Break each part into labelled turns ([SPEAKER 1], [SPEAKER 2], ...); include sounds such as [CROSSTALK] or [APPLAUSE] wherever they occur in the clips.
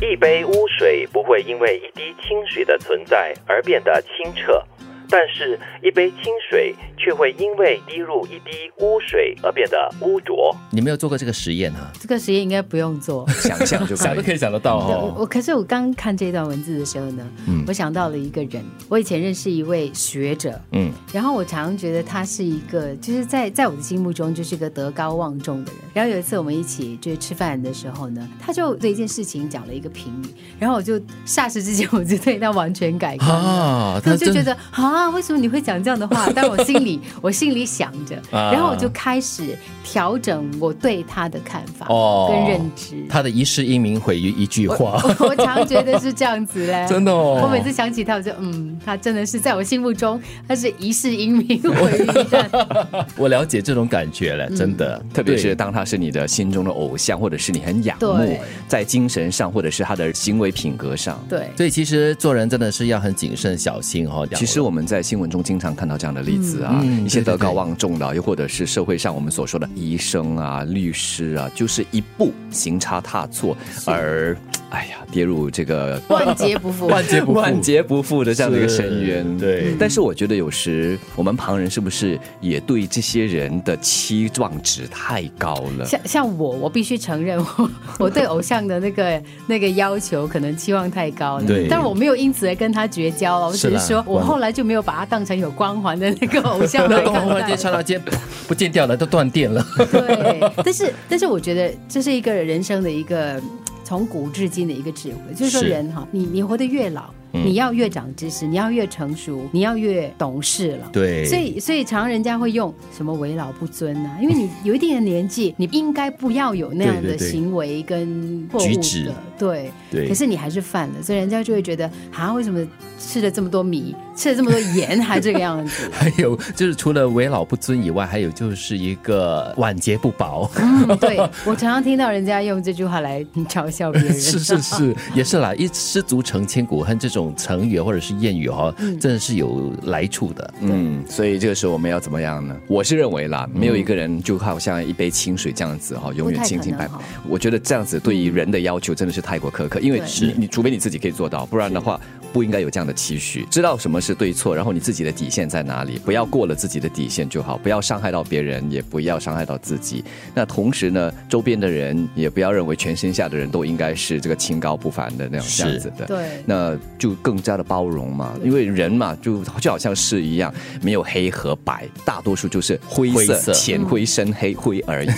[SPEAKER 1] 一杯污水不会因为一滴清水的存在而变得清澈，但是，一杯清水却会因为滴入一滴污水而变得污浊。
[SPEAKER 2] 你没有做过这个实验啊？
[SPEAKER 3] 这个实验应该不用
[SPEAKER 2] [LAUGHS]
[SPEAKER 3] 做。
[SPEAKER 4] [LAUGHS] 想象就
[SPEAKER 2] 想
[SPEAKER 4] 可
[SPEAKER 2] 都可
[SPEAKER 4] 以。
[SPEAKER 2] 以想得到
[SPEAKER 3] 对
[SPEAKER 2] 哦。
[SPEAKER 3] 我可是我刚看这段文字的时候呢，
[SPEAKER 2] 嗯
[SPEAKER 3] 我想到了一个人。我以前认识一位学者，
[SPEAKER 2] 嗯，
[SPEAKER 3] 然后我常常觉得他是一个，就是在在我的心目中就是一个德高望重的人。然后有一次我们一起就是吃饭的时候呢，他就对一件事情讲了一个评语，然后我就霎时之间我就对他完全改观了。
[SPEAKER 2] 啊，
[SPEAKER 3] 我就
[SPEAKER 2] 真
[SPEAKER 3] 觉得啊，为什么你会讲这样的话？但我心
[SPEAKER 2] [LAUGHS]
[SPEAKER 3] 里我心里想着，
[SPEAKER 2] 啊
[SPEAKER 3] 然后我就开始调整我对他的看法
[SPEAKER 2] 哦
[SPEAKER 3] 跟认知。
[SPEAKER 2] 他的一世英名毁于一句话，
[SPEAKER 3] [LAUGHS] 我我常觉得是这样子嘞，
[SPEAKER 2] [LAUGHS] 真的哦
[SPEAKER 3] 我每次想起他，我就嗯，他真的是在我心目中，他是一世英名毁于一
[SPEAKER 2] [LAUGHS]
[SPEAKER 3] 旦。
[SPEAKER 2] [LAUGHS] 我了解这种感觉
[SPEAKER 3] 嗯
[SPEAKER 2] 了，真的，
[SPEAKER 4] 特别
[SPEAKER 2] 对
[SPEAKER 4] 是当他是你的心中的偶像，或者是你很仰慕
[SPEAKER 3] 对，
[SPEAKER 4] 在精神上，或者是他的行为品格上。
[SPEAKER 3] 对，
[SPEAKER 2] 所以其实做人真的是要很谨慎小心哦。
[SPEAKER 4] 其实我们在新闻中经常看到这样的例子啊，
[SPEAKER 2] 嗯嗯
[SPEAKER 4] 一些
[SPEAKER 2] 对对
[SPEAKER 4] 德高
[SPEAKER 2] 对
[SPEAKER 4] 望重的，又或者是社会上我们所说的医生啊、律师啊，就是一步行差踏错而，哎呀，跌入这个
[SPEAKER 3] 万劫不复。
[SPEAKER 2] [LAUGHS] 万劫不复，
[SPEAKER 4] 万劫不复的这样的一个深渊。
[SPEAKER 2] 是对
[SPEAKER 4] 但是我觉得有时我们旁人是不是也对这些人的期望值太高了？
[SPEAKER 3] 像像我，我必须承认， [LAUGHS] 我我对偶像的那个那个要求可能期望太高了。
[SPEAKER 2] 对
[SPEAKER 3] 但我没有因此而跟他绝交啊了，我只是
[SPEAKER 2] 是啦
[SPEAKER 3] 说我后来就没有把他当成有光环的那个偶像
[SPEAKER 2] [LAUGHS] [LAUGHS] 那
[SPEAKER 3] 来
[SPEAKER 2] 东
[SPEAKER 3] 看
[SPEAKER 2] 忽然
[SPEAKER 3] 待
[SPEAKER 2] 间。刹那间不见掉了，都断电了。
[SPEAKER 3] 对，但是但是我觉得这是一个人生的一个嗯从古至今的一个智慧，就是说
[SPEAKER 2] 是嗯
[SPEAKER 3] 人哈，你你活得越老。你要越长知识，你要越成熟，你要越懂事了。
[SPEAKER 2] 对
[SPEAKER 3] 所以所以常人家会用什么“为老不尊”呐，因为你有一定的年纪，你应该不要有那样
[SPEAKER 2] 对嗯对
[SPEAKER 3] 的
[SPEAKER 2] 对
[SPEAKER 3] 行为跟错
[SPEAKER 2] 举
[SPEAKER 3] 误
[SPEAKER 2] 止
[SPEAKER 3] 的。对，
[SPEAKER 2] 对
[SPEAKER 3] 可是你还是犯了，所以人家就会觉得啊，为什么吃了这么多米，吃了这么多盐还这个样子？
[SPEAKER 2] [LAUGHS] 还有就是除了为老不尊以外，还有就是一个晚节不保。
[SPEAKER 3] 嗯，对我常常听到人家用这句话来嘲笑别人。
[SPEAKER 2] [LAUGHS] 是是是，也是啦，一失足成千古恨这种成语或者是谚语哈、
[SPEAKER 3] 嗯
[SPEAKER 2] 真的是有来处的。
[SPEAKER 4] 嗯，所以这个时候我们要怎么样呢？我是认为啦，没有一个人就好像一杯清水这样子哈，永远清清白白
[SPEAKER 3] 不太可能。
[SPEAKER 4] 我觉得这样子对于人的要求真的是太过苛刻，因为
[SPEAKER 3] 对
[SPEAKER 4] 你你除非你自己可以做到，不然的话不应该有这样的期许。知道什么是对错，然后你自己的底线在哪里，不要过了自己的底线就好，不要伤害到别人，也不要伤害到自己。那同时呢，周边的人也不要认为全天下的人都应该是这个清高不凡的那种这样
[SPEAKER 2] 是
[SPEAKER 4] 子
[SPEAKER 2] [LAUGHS]
[SPEAKER 4] 的。
[SPEAKER 3] 对
[SPEAKER 4] 那就更加的包容嘛，
[SPEAKER 3] 嗯
[SPEAKER 4] 因为人嘛，就就好像是一样，没有黑和白，大多数就是灰
[SPEAKER 2] 灰
[SPEAKER 4] 色、
[SPEAKER 2] 色
[SPEAKER 4] 浅灰、深黑、灰而已。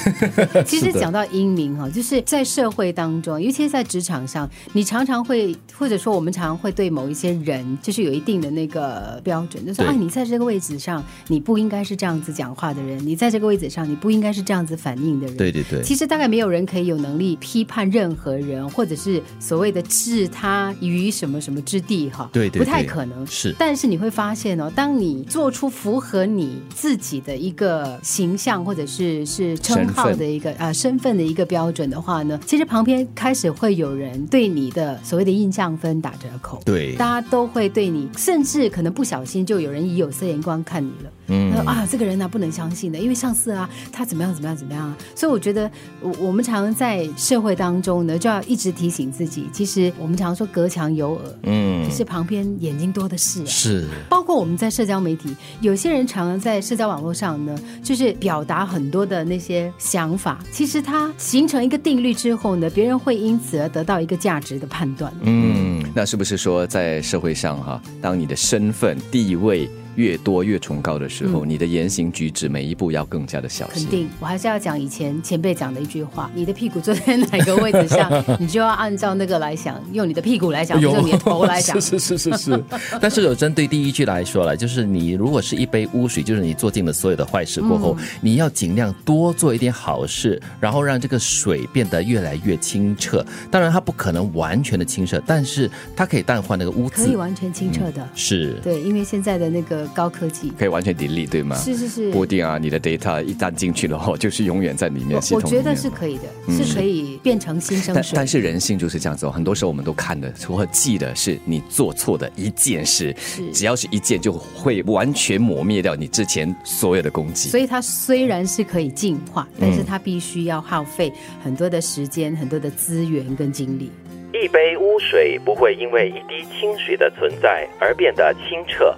[SPEAKER 3] 其实讲到英明哈，就是在社会当中，尤其是在职场上，你常常会，或者说我们常常会对某一些人，就是有一定的那个标准，就是说
[SPEAKER 2] 对
[SPEAKER 3] 啊，你在这个位置上，你不应该是这样子讲话的人，你在这个位置上，你不应该是这样子反应的人。
[SPEAKER 2] 对对对，
[SPEAKER 3] 其实大概没有人可以有能力批判任何人，或者是所谓的置他于什么什么之地哈，
[SPEAKER 2] 对对
[SPEAKER 3] 不太
[SPEAKER 2] 对
[SPEAKER 3] 可能。
[SPEAKER 2] 是
[SPEAKER 3] 但是你会发现哦，当你做出符合你自己的一个形象或者是是称号
[SPEAKER 4] 身份
[SPEAKER 3] 的一个啊、身份的一个标准的话呢，其实旁边开始会有人对你的所谓的印象分打折扣。
[SPEAKER 2] 对
[SPEAKER 3] 大家都会对你，甚至可能不小心就有人以有色眼光看你了。嗯，啊，这个人呢、不能相信的，因为上次啊他怎么样怎么样怎么样啊，所以我觉得我我们常在社会当中呢，就要一直提醒自己，其实我们常说隔墙有耳，
[SPEAKER 2] 嗯
[SPEAKER 3] 可是旁边眼睛多的是、啊。
[SPEAKER 2] 是
[SPEAKER 3] 包括我们在社交媒体，有些人常常在社交网络上呢，就是表达很多的那些想法。其实它形成一个定律之后呢，别人会因此而得到一个价值的判断。
[SPEAKER 2] 嗯，
[SPEAKER 4] 那是不是说，在社会上哈、当你的身份地位越多越崇高的时候，你的言行举止每一步要更加的小
[SPEAKER 3] 嗯肯
[SPEAKER 4] 心。
[SPEAKER 3] 定，我还是要讲以前前辈讲的一句话：你的屁股坐在哪个位置上，
[SPEAKER 4] [LAUGHS]
[SPEAKER 3] 你就要按照那个来想，用你的屁股来想，不是用你的头来
[SPEAKER 4] [LAUGHS]
[SPEAKER 3] 想。
[SPEAKER 2] [LAUGHS] 是是是是是。但是有针对第一句来说了，就是你如果是一杯污水，就是你做尽了所有的坏事过后，
[SPEAKER 3] 嗯
[SPEAKER 2] 你要尽量多做一点好事，然后让这个水变得越来越清澈。当然，它不可能完全的清澈，但是它可以淡化那个污
[SPEAKER 3] 可以
[SPEAKER 2] 渍。
[SPEAKER 3] 完全清澈的，
[SPEAKER 2] 是，
[SPEAKER 3] 对，因为现在的那个高科技，
[SPEAKER 4] 可以完全 delete 对吗？
[SPEAKER 3] 是是是，
[SPEAKER 4] 不一定啊，你的 data 一旦进去的话，就是永远在里面
[SPEAKER 3] 我
[SPEAKER 4] 系
[SPEAKER 3] 我
[SPEAKER 4] 统里
[SPEAKER 3] 觉
[SPEAKER 4] 面。嗯
[SPEAKER 3] 得是可以的，是可以变成新生
[SPEAKER 4] 但
[SPEAKER 3] 水。
[SPEAKER 4] 但是人性就是这样子哦，很多时候我们都看的或记的是你做错的一件事，只要是一件就会完全抹灭掉你之前所有的攻击。
[SPEAKER 3] 所以它虽然是可以进
[SPEAKER 4] 嗯
[SPEAKER 3] 化，但是它必须要耗费很多的时间、很多的资源跟精力。
[SPEAKER 1] 一杯污水不会因为一滴清水的存在而变得清澈，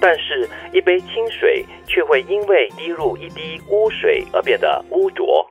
[SPEAKER 1] 但是，一杯清水却会因为滴入一滴污水而变得污浊。